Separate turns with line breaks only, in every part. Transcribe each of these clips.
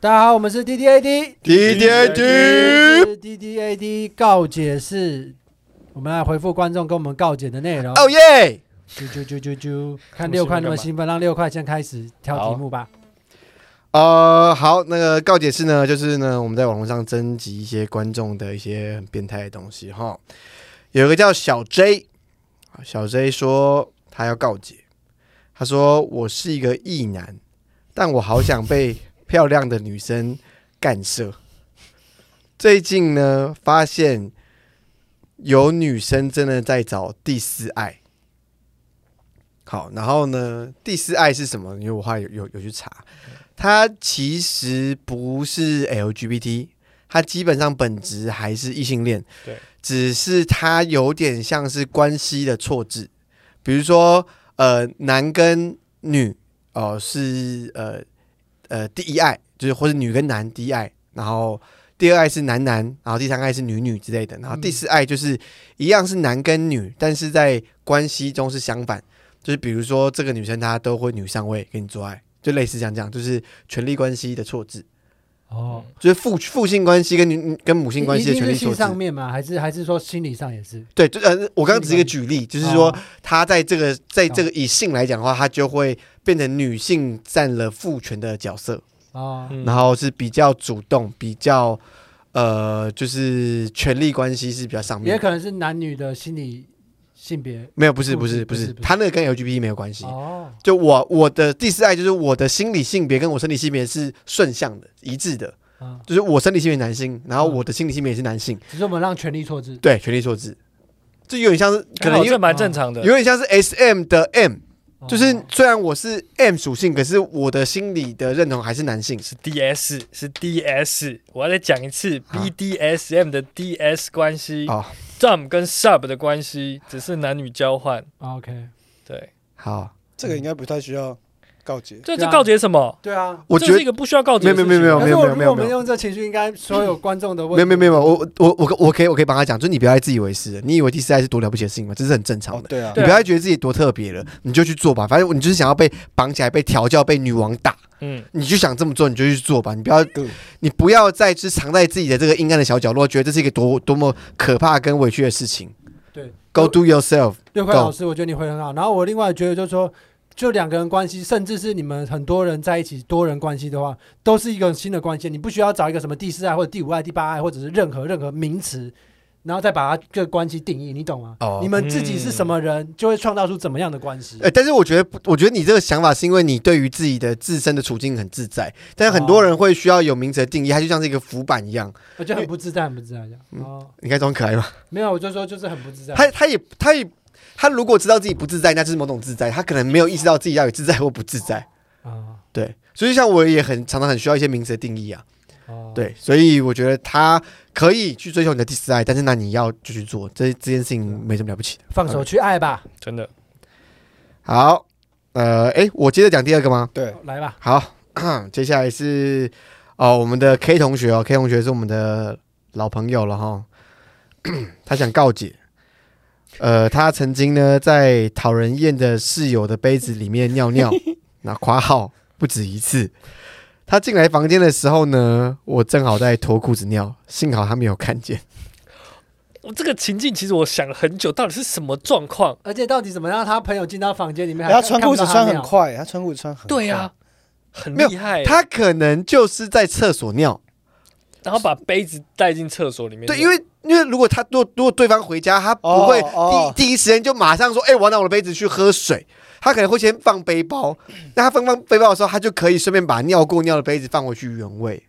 大家好，我们是 D D A D
D D A D，
D D A D 告解室，我们来回复观众跟我们告解的内容。
哦耶！
啾啾啾啾啾，看
么
六块
兴奋
那么
干嘛
兴奋，让六块先开始挑
好
题目吧。
呃，好，那个告解室呢，就是呢，我们在网络上征集一些观众的一些很变态的东西哈。有一个叫小 J，小 J 说他要告解，他说我是一个异男，但我好想被漂亮的女生干涉。最近呢，发现有女生真的在找第四爱。好，然后呢，第四爱是什么？因为我后来有有有去查，它其实不是 LGBT，它基本上本质还是异性恋，
对，
只是它有点像是关系的错置，比如说呃，男跟女哦、是呃呃第一爱，就是或者女跟男第一爱，然后第二爱是男男，然后第三爱是女女之类的，然后第四爱就是一样是男跟女，但是在关系中是相反，就是比如说这个女生她都会女上位跟你做爱，就类似像这样，就是权力关系的错置，
哦，
就是父父性关系跟女跟母性关系
一
的
定
权力
是
错
性
置。
上面吗？还是还是说心理上也是？
对，就呃，我刚刚只是一个举例，就是说
哦
他在这个在这个以性来讲的话，他就会变成女性占了父权的角色，
哦，
嗯
然后是比较主动，比较呃，就是权力关系是比较上
也
面。
可能是男女的心理性别。
没有，不是，不
不是
是，
不
不是
是，不是
他那个跟 LGBT 没有关系。
哦，
就我我的第四爱就是我的心理性别跟我生理性别是顺向的、一致的，
嗯，
就是我生理性别男性，然后
嗯
我的心理性别也是男性，
只是我们让权力错置。
对，权力错置，这有点像是可
可
能
能
有
这蛮正常的，
有点像是 S M 的 M。
哦
就是虽然我是 M 属性，可是我的心理的认同还是男性。
是 DS 是 DS，我要再讲一次
啊
BDSM 的 DS 关系
哦，
，Dom 跟 Sub 的关系只是男女交换，
哦 OK，
对，
好，
这个应该不太需要告诫。
这
对啊
这告解什么？
对啊。
我
这
觉
是一
得
个不需要告解的事情
没有没有没有
可
没
是
有
我如果我
没
们
有
用这情绪，应该所有观众的问
没有没有没
有
有，我我我我我可以我可以帮他讲，就是你不要再自以为是了，你以为第四爱是多了不起的事情吗？这是很正常
哦，
的。
对啊
你，不要觉得自己多特别了，你就去做吧。反正你就是想要被绑起来、被调教、被女王打，
嗯，
你就想这么做，你就去做吧。你不要
对，
你不要再是藏在自己的这个阴暗的小角落，觉得这是一个多多么可怕跟委屈的事情。
对
Go do yourself。
六块
Go
老师，我觉得你会很好。然后我另外觉得就是说，就两个人关系，甚至是你们很多人在一起多人关系的话，都是一个新的关系。你不需要找一个什么第四爱或者第五爱、第八爱，或者是任何任何名词，然后再把它这个关系定义，你懂吗？
哦
你们自己是什么人，就会创造出怎么样的关系。
呃，但是我觉得不，我觉得你这个想法是因为你对于自己的自身的处境很自在，但是很多人会需要有名词的定义，它就像是一个浮板一样。
我就很不自在，很不自在这样。哦，
你看装可爱吗？
没有，我就说就是很不自在。
他他也他也他如果知道自己不自在，那就是某种自在，他可能没有意识到自己到底自在或不自在。
啊，
对，所以像我也很常常很需要一些名词的定义啊。
哦，
对，所以我觉得他可以去追求你的第四爱，但是那你要就去做，这这件事情没什么了不起的。
放手去爱吧，
真的，
好，呃，诶，我接着讲第二个吗？
对，
来吧。
好， 接下来是哦，我们的 K 同学哦，K 同学是我们的老朋友了哈， 他想告解。呃，他曾经呢在讨人厌的室友的杯子里面尿尿，那括号不止一次。他进来房间的时候呢，我正好在脱裤子尿，幸好他没有看见。
我哦这个情境其实我想了很久，到底是什么状况？
而且到底怎么让他朋友进到房间里面？还
哎他
啊
穿
看
裤
不到
子
他
穿很
尿
快，他穿裤子穿很快
对啊呀、，很
啊没有
厉害，
他可能就是在厕所尿，
然后把杯子带进厕所里面，
对，因为因为如果他如果如果对方回家，他不会第、
哦哦
第一时间就马上说，哎、我要拿我的杯子去喝水。他可能会先放 背包，那他放放背包的时候，他就可以顺便把尿过尿的杯子放回去原位，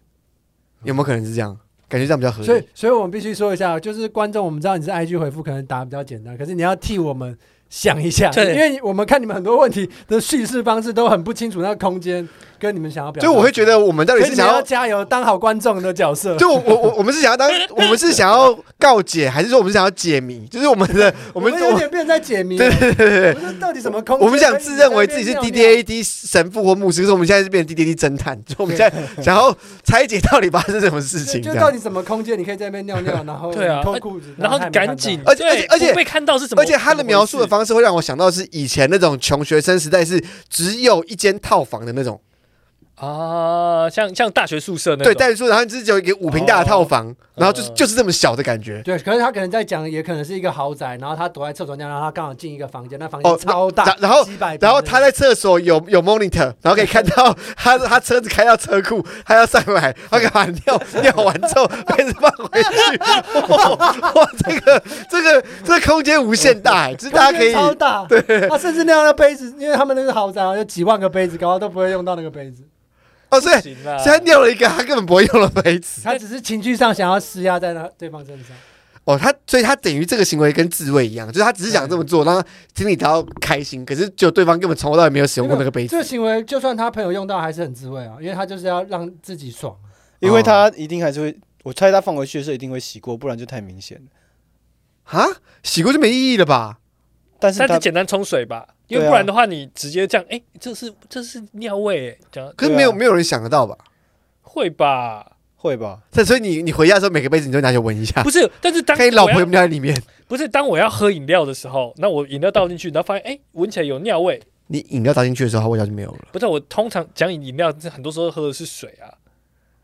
有没有可能是这样？感觉这样比较合理。
嗯所以，所以我们必须说一下，就是观众，我们知道你是 IG 回复，可能答比较简单，可是你要替我们想一下，
对
因为我们看你们很多问题的叙事方式都很不清楚，那个空间跟你们想要表达，
就我会觉，得我们到底
所以
是
你们
想
要
要，
加油，当好观众的角色。
就我我我我们是想 要当，我们是想要告解，还是说我们是想要解谜？就是我们的
我
我们
们有点变成在解谜，对对对对，到底什么空间？
我们想自认为自己是
跟你在那边尿尿
DDAD 神父或牧师，可是我们现在是变成 DDAD 侦探，就我们现在想要拆解到底发生什么事情。
就
这
就
样。
到底什么空间，你可以在那边尿尿，然后
对啊
脱裤子，
然后
他也没看到
赶紧，
而且而且
对
而且
不被看到是什么？
而且他的描述的方式会让我想到是以前那种穷学生时代，是只有一间套房的那种，
啊，像像大学宿舍那
对，
种，
代理宿舍，他自己有一个五平大的套房，然后就是
嗯
就是这么小的感觉。
对，可是他可能在讲，也可能是一个豪宅，然后他躲在厕所那，然后他刚好进一个房间，那房
哦
间超大，
然然后
几百平的，
然后他在厕所有有 monitor，然后可以看到他他车子开到车库，他要上来，他把尿尿完之后被子放回去。哇，哇这个这个这个空间无限大，哎 就是大家可以
空间超大，对，他甚至那样的杯子，因为他们那个豪宅啊，有几万个杯子，搞到都不会用到那个杯子，
哦，所以
行啦，
所以他尿了一个他根本不会用的杯子。
他只是情绪上想要施压在那对方身上。
哦，他所以他等于这个行为跟自慰一样，就是他只是想这么做，让他心里得到开心，可是就对方根本从头到尾没有使用过那个杯
这
子
个。行为就算他朋友用到，还是很滋味啊，因为他就是要让自己爽。啊
因为他一定还是会，我猜他放回去的时候一定会洗过，不然就太明显了。
啊，洗过就没意义了吧？
但是
但是
他
简单冲水吧，因为
对啊
不然的话，你直接这样，哎，这是这是尿味，哎这样
可是没有、
对啊
没有人想得到吧？
会吧？
会吧？
这所以你你回家的时候，每个杯子你都拿去闻一下
不，是，但是当
看啊你老
我
婆
要
有没有在里面。
不是当我要喝饮料的时候，那我饮料倒进去，然后发现哎，闻起来有尿味。
你饮料倒进去的时候，它味道就没有了，
不是，我通常讲饮料，很多时候喝的是水啊，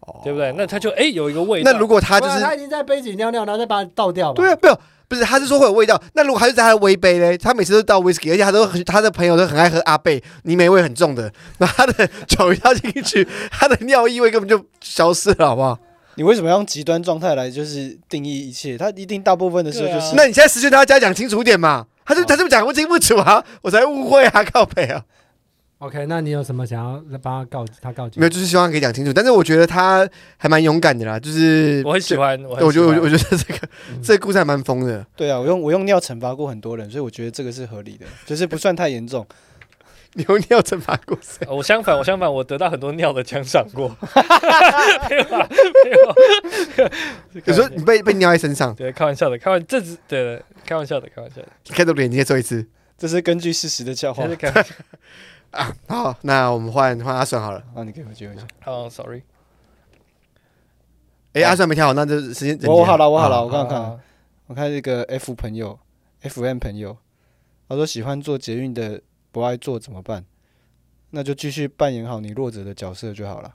哦
对不对？那它啊就哎有一个味道。
那如果他就
不然他
是
已经在杯子里尿尿，然后再把它倒掉吧。
对啊，没有不是，他是说会有味道。那如果他是在他的微杯嘞，他每次都倒 whisky，而且他都很他的朋友都很爱喝阿贝泥煤味很重的，那他的 酒一倒进去，他的尿意味根本就消失了，好不好？
你为什么要用极端状态来就是定义一切？他一定大部分的时候
对啊
就是，
那你现在实训他要加讲清楚一点嘛。他就
哦
他这么讲不清不楚啊，我才误会啊，靠北啊，
，OK，那你有什么想要帮他告他告诫？
没有，就是希望可以讲清楚。但是我觉得他还蛮勇敢的啦，就是
我很喜欢，我很
我
喜
觉得，
欢
我觉得我觉得这个、
嗯
这个故事还蛮疯的。
对啊，我用我用尿惩罚过很多人，所以我觉得这个是合理的，就是不算太严重。
牛尿惩罚故事，
呃我相反，我相反，我得到很多尿的奖赏过，没有啊，没有啊。
有时候 你被被尿在身上，
对，开玩笑的，开玩这只对对，开玩笑的，开玩笑的，
看着脸你再做一次
这是根据事实的教 化
还是开玩笑。
啊。好，那我们换换阿顺好了。
啊，你可以回去回去。
哦，sorry，
哎、
好
阿顺没跳好，那就时间。
我我好了，我好了，
啊
我刚刚看了
啊，
我看这个 F 朋友，FM 朋友，他说喜欢做捷运的不爱做怎么办？那就继续扮演好你弱者的角色就好了。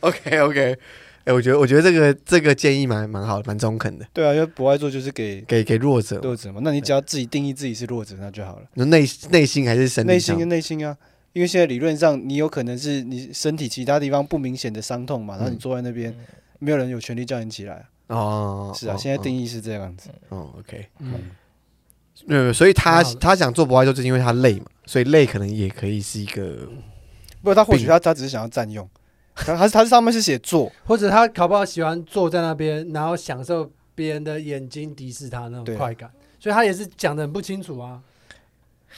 OK OK，哎、我觉得我觉得这个这个建议蛮蛮好的，蛮中肯的，
对啊，因为不爱做就是给
给给弱者，
弱者嘛。那你只要自己定义自己是弱者，那就好了。
你说内内心还是身体
内
上
心跟内心啊，因为现在理论上你有可能是你身体其他地方不明显的伤痛嘛，然后你坐在那边
嗯，
没有人有权利叫你起来啊。
哦，
是啊，
哦
现在定义是这样子。
哦哦 OK，
嗯，
嗯，所以他
蛮好的
他想做不爱做，就是因为他累嘛，所以累可能也可以是一个
不过他或许他他只是想要占用，他他是他上面是写做，
或者他搞不好喜欢坐在那边，然后享受别人的眼睛敌视他那种
对
快感，所以他也是讲的很不清楚啊。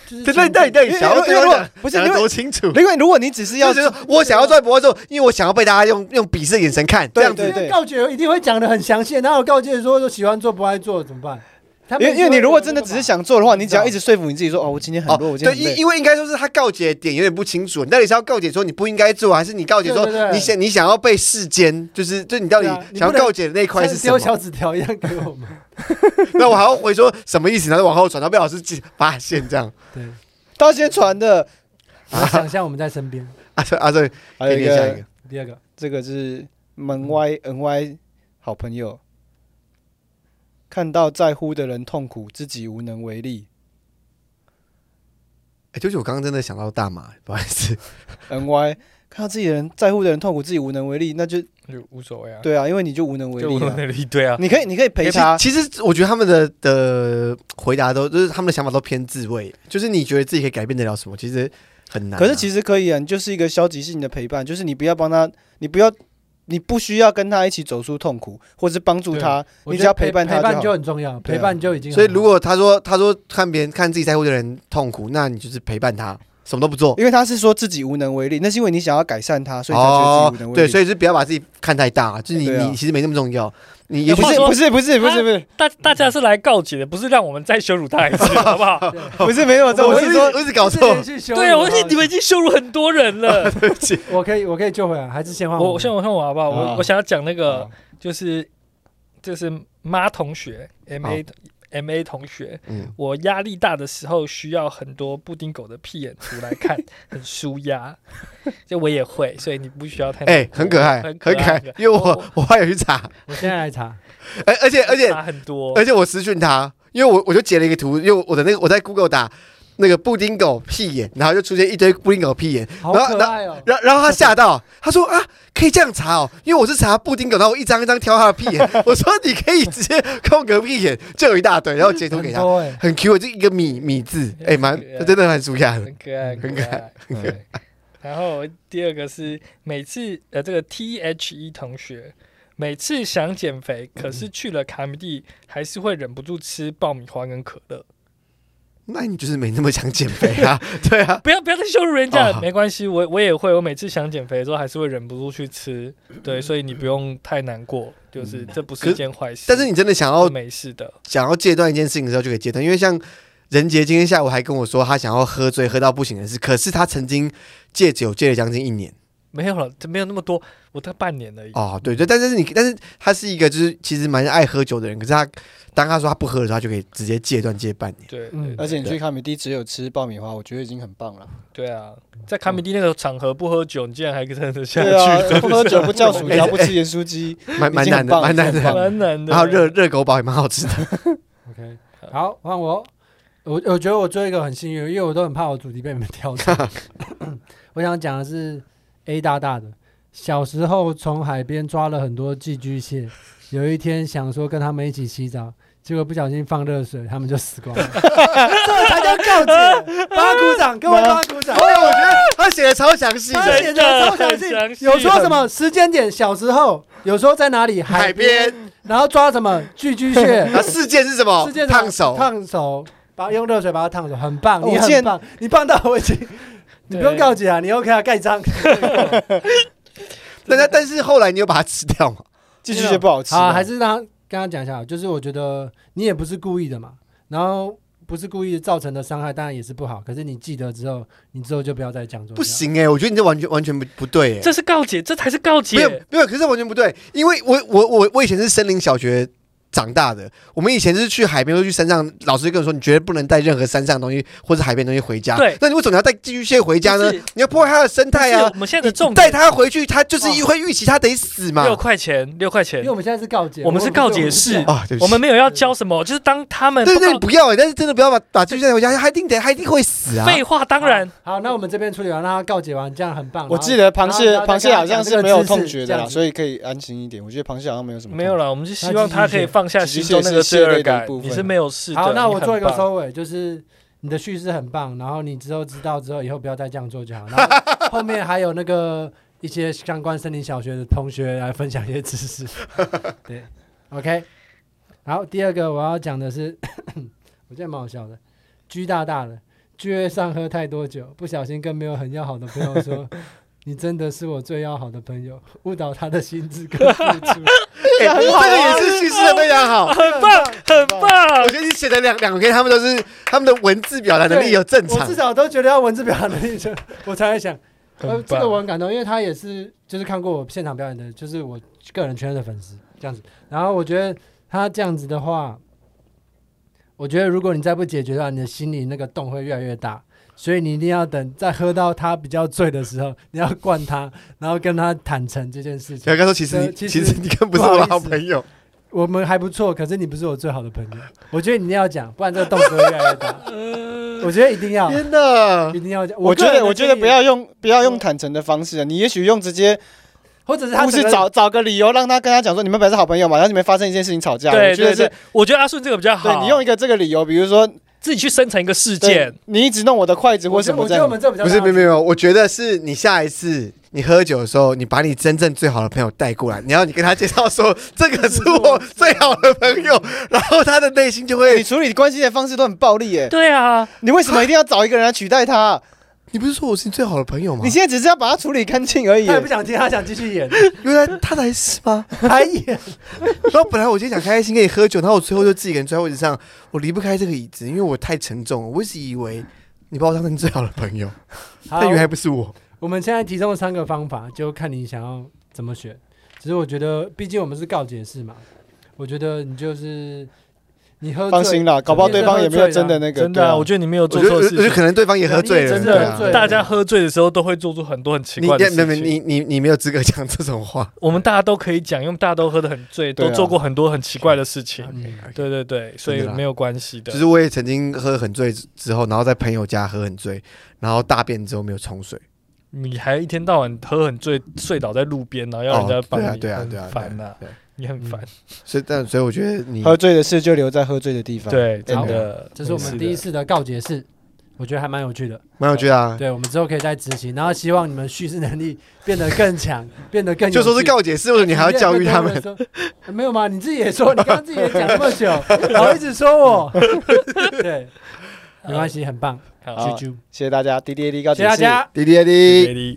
就是
对，那那那你想要
因为
对
因为如
我
果
讲
不是
讲得
因为
多清楚，
因为如果你只是 要
就是说我想要做不爱做，因为我想要被大家用用鄙视的眼神看，这
对
样子
对对
告诫一定会讲的很详细，然后告诫说说喜欢做不爱做怎么办？他
因
们
为因为你如果真的只是想做的话，你只要
你
一
知
直说服你自己说哦，我今天很弱，我今
对，
天很
因
累。
因为应该说是他告解点有点不清楚，你到底是要告解说你不应该做，还是你告解说
对对对
你想你想要被世间，就是就你到底
对啊你不
想要
能
告解的那一块是
像
什么
丢？小纸条一样给我 们。
那我还要回说什么意思，然后往后转，然后被老师记发现这样。
对，
到现在传的
然后想象我们在身边。
阿顺阿顺，
还有
啊给
一
你下一
个
个，
第二个，
这个是门外 NY 好朋友，看到在乎的人痛苦，自己无能为力。
哎，就是我刚刚真的想到大麻，不好意思，
NY 看到自己的人在乎的人痛苦，自己无能为力，那就
就无所谓啊，，
对啊，因为你就无能为
就无
力
能
了。
为力，对啊，
你可以你可以陪他，
其实我觉得他们的的回答都就是他们的想法都偏自卫，就是你觉得自己可以改变得了什么，其实很难啊。
可是其实可以啊，你就是一个消极性的陪伴，就是你不要帮他，你不要。你不需要跟他一起走出痛苦，或是帮助
对
他，
我
你
觉
只
得
要
陪
陪伴他
陪
就
伴
好
就。很重要，
对啊
陪伴就已经很好。
所以如果他说他说看别人看自己在乎的人痛苦，那你就是陪伴他，什么都不做。
因为他是说自己无能为力，那是因为你想要改善他，所以才觉得
哦
自己无能，为力。
对，所以就是不要把自己看太大，就是你
对啊
你其实没那么重要，你
也
也
哎不
许
话
是
说
不是不是不是不是
大大家是来告解的，不是让我们再羞辱他一次，好不好？
不是没有这，
我
我
是
是
说
说
我一直搞
是
错
连，续羞辱
对啊，我
然后
你们已经羞辱很多人了。
我可以我可以救回来，还是先换
我我
们
像我像我好不好？
啊
我我想要讲那个
啊
就是就是妈同学 M A M A 同学，
嗯，
我压力大的时候需要很多布丁狗的屁眼图来看，很舒压。就我也会，所以你不需要太
哎，很可爱，
很
很可爱，因为
哦
我我还有去查，
我现在来查，
而而且而且
差很多，
而且我私讯他，因为我我就截了一个图，因为我的那个我在 Google 打那个布丁狗屁眼，然后就出现一堆布丁狗屁眼，
好
然后
可爱哦。
然后然后他吓到，他说啊，可以这样查哦，因为我是查布丁狗，然后我一张一张挑他的屁眼， 我说你可以直接空格屁眼，就有一大堆，然后截图给
很
他，
多哎，
很 Q，就一个米米字，哎、蛮真的蛮舒雅 的，
很可爱，
很
很
可
可
爱
爱。
对，
然后第二个是每次呃，这个 T H E 同学每次想减肥，可
嗯
是去了卡米蒂还是会忍不住吃爆米花跟可乐。
那你就是没那么想减肥啊， 对啊，
不要不要再羞辱人家
哦好
了，没关系，我我也会，我每次想减肥的时候还是会忍不住去吃，对，所以你不用太难过，就是这不
嗯可
是
是
一件坏事。
但是你真哦的想要
没事的，
想要戒断一件事情的时候就可以戒断，因为像任杰今天下午还跟我说，他想要喝醉喝到不省人事，可是他曾经戒酒戒了将近一年
没有了，这没有那么多，我才半年
嗯
而已。
哦，对对，但是你但是他是一个就是其实蛮爱喝酒的人，可是他当他说他不喝的时候，他就可以直接戒断戒半年。
对，
嗯
对
而且你去卡米蒂只有吃爆米花，我觉得已经很棒 了。
对啊，在卡米蒂那个场合不喝酒，你竟然还撑得下
对
去，
啊，不喝酒不叫薯
哎
条，
哎
不吃盐酥鸡，
蛮蛮难的，
已
蛮
经很棒
难的。
已经很棒
蛮难的。
然后热热狗堡也蛮好 吃的。
OK，好，换我。我我觉得我做一个很幸运，因为我都很怕我主题被你们挑 走。我想讲的是 A 大大的，小时候从海边抓了很多寄居蟹，有一天想说跟他们一起洗澡，结果不小心放热水，他们就死光了。 这才叫告解！帮他鼓掌，各位帮他鼓掌。
哎，我觉得他写的超详细
他
的，
写的超详
真的很详
细，
细
有说什么时间点，小时候，有说在哪里，
海边，
然后抓什么寄居蟹，
然后事件是什么
哦
世界？上
烫手。
烫手，把用热水把它烫手，很棒，
哦
你
我见
很棒，你棒到我已经，你不用
对
告解啊，你 OK 啊，盖章。
但但但是后来你有把它吃掉吗？
寄居蟹不好吃
好啊，
吧。
还是让他跟他讲一下，就是我觉得你也不是故意的嘛，然后不是故意造成的伤害，当然也是不好，可是你记得之后，你之后就不要再讲这种。
不，行哎，我觉得你这完全完全不不对哎。
这是告解，这才是告
没有
解。
没有，可是这完全不对，因为我我我我以前是森林小学长大的，我们以前是去海边或去山上，老师就跟我说，你绝对不能带任何山上的东西或者海边的东西回家。
对
那你为什么要带寄居蟹回家呢
不是？
你要破坏它的生态
不
啊
是！我们现在的重
带
点，
它回去，它就是会预期它得死嘛。
六块钱，六块钱
因为，我们现在是告解，
我们是告解
是
式
哦
讲
啊，对不起，
我们没有要教什么，就是当他们
对
不
对，
告
不要、欸，但是真的不要把把寄居蟹带回家，它一定得，它一定会死啊！
废话，当然
好，那我们这边处理完，让他告解完，这样很棒。
我记得螃蟹
然后
螃蟹好像是没有痛觉的
然
啦，
后
所以可以安心一点。我觉得螃蟹好像没有什么。
没有。
嗯
了。我们就希望他可以放下心中那个
寄居
罪
蟹
恶
是蟹类的一
感
部，分
你是没有事的。
好，那我做一个
你很棒
收尾，就是你的叙事很棒，然后你之后知道之后，以后不要再这样做就好。然 后后面还有那个一些相关森林小学的同学来分享一些知 识。对，OK。好，第二个我要讲的是， 我觉得蛮好笑的，G 大大的聚会上喝太多酒，不小心跟没有很要好的朋友 说。你真的是我最要好的朋友，误导他的心 智跟付出。
哎这个也是叙事的非常 好。
很棒，很棒
我。觉得你写的两两篇，他们都是他们的文字表达能力有正
我
常
至，少都觉得要文字表达能 力，就我才会想，呃，
很
这个我
棒，
很感动，因为他也是就是看过我现场表演的，就是我个人圈的粉丝这样子。然后我觉得他这样子的话，我觉得如果你再不解决的话，你的心里那个洞会越来越大。所以你一定要等在喝到他比较醉的时候，你要灌他，然后跟他坦诚这件事
小
情。
刚说其实你
呃其
其
实
实你根本不是我的
不
好
好意思
朋友。
我们还不错，可是你不是我最好的朋友。我觉得你一定要讲，不然这个洞只会越来越 大。我觉得一定
啊
要，
天哪！
一定要讲。
我觉
个人
得
的
我觉得
建议
不，要用不要用坦诚的方式啊，你也许用直接，
或者是他
或是
整个
找找个理由让他跟他讲说你们本来是好朋友嘛，然后你们发生一件事情吵架，我
对
觉得
对
是
对，我觉得阿顺这个比较
对
好。
你用一个这个理由，比如说
自己去生成一个事
对
件，
你一直弄我的筷子或
我
什
觉得
么
我
这
觉得我
样，
们这比较
不是，
大
没有没有，我觉得是你下一次你喝酒的时候，你把你真正最好的朋友带过来，你要你跟他介绍说这个是我最好的朋友，然后他的内心就
你
会，
处理关系的方式都很暴力耶，
对啊，
你为什么一定要找一个人来取代 他啊？
你不是说我是你最好的朋友吗
你？现在只是要把它处理干净而已
他也
耶
不。想听，他想继续演，
原来 他才是吗？
还 演。
然后本来我今天想开心跟你喝酒，然后我最后就自己一个人坐在位置上，我离不开这个椅子，因为我太沉重了。我一直以为你把我当成最好的朋 友，
啊
好
但，原来不是我。
我们现在提供了三个方法，就看你想要怎么选。只是我觉得，毕竟我们是告解式嘛，我觉得你就是你喝醉
放心啦，搞不好对方也没有真的那个。
真的、
对啊
我觉得你没有
我
做
觉得
错
我
事
觉得可
情。
能对方也喝醉了，
真
真
的
对
喝醉
啊
了
大家喝醉的时候都会做出很多很奇
你
怪的
你
事
你
情。
你你没有资格讲这种话。
我们大家都可以讲，因为大家都喝得很醉，
对啊
都做过很多很奇怪的事情。
嗯
对对对，所以
真的啦
没有关系的
就。是我也曾经喝很醉之后，然后在朋友家喝很醉，然后大便之后没有冲水。
你还一天到晚喝很醉，睡倒在路边，然后要人
哦
家帮
对
你，
啊对啊对啊
很烦呐
对啊对啊，
你很烦。
所以但所以我觉得你
喝醉的事就留在喝醉的地方。，
对，
好
真的，
这是我们第一
次。
次的告解式，我觉得还蛮有趣的。
蛮有趣的啊，
对，我们之后可以再执行，然后希望你们叙事能力变得更强，变得更有
就说是
趣。
告解是为什么你还要教育他们？
说。没有嘛？你自己也说，你刚刚自己也讲那么 久，然后一直说我。 对，没关系，很棒，
好，
啾啾，
谢谢大家，滴滴滴高
谢谢大家。
滴滴滴
谢谢你。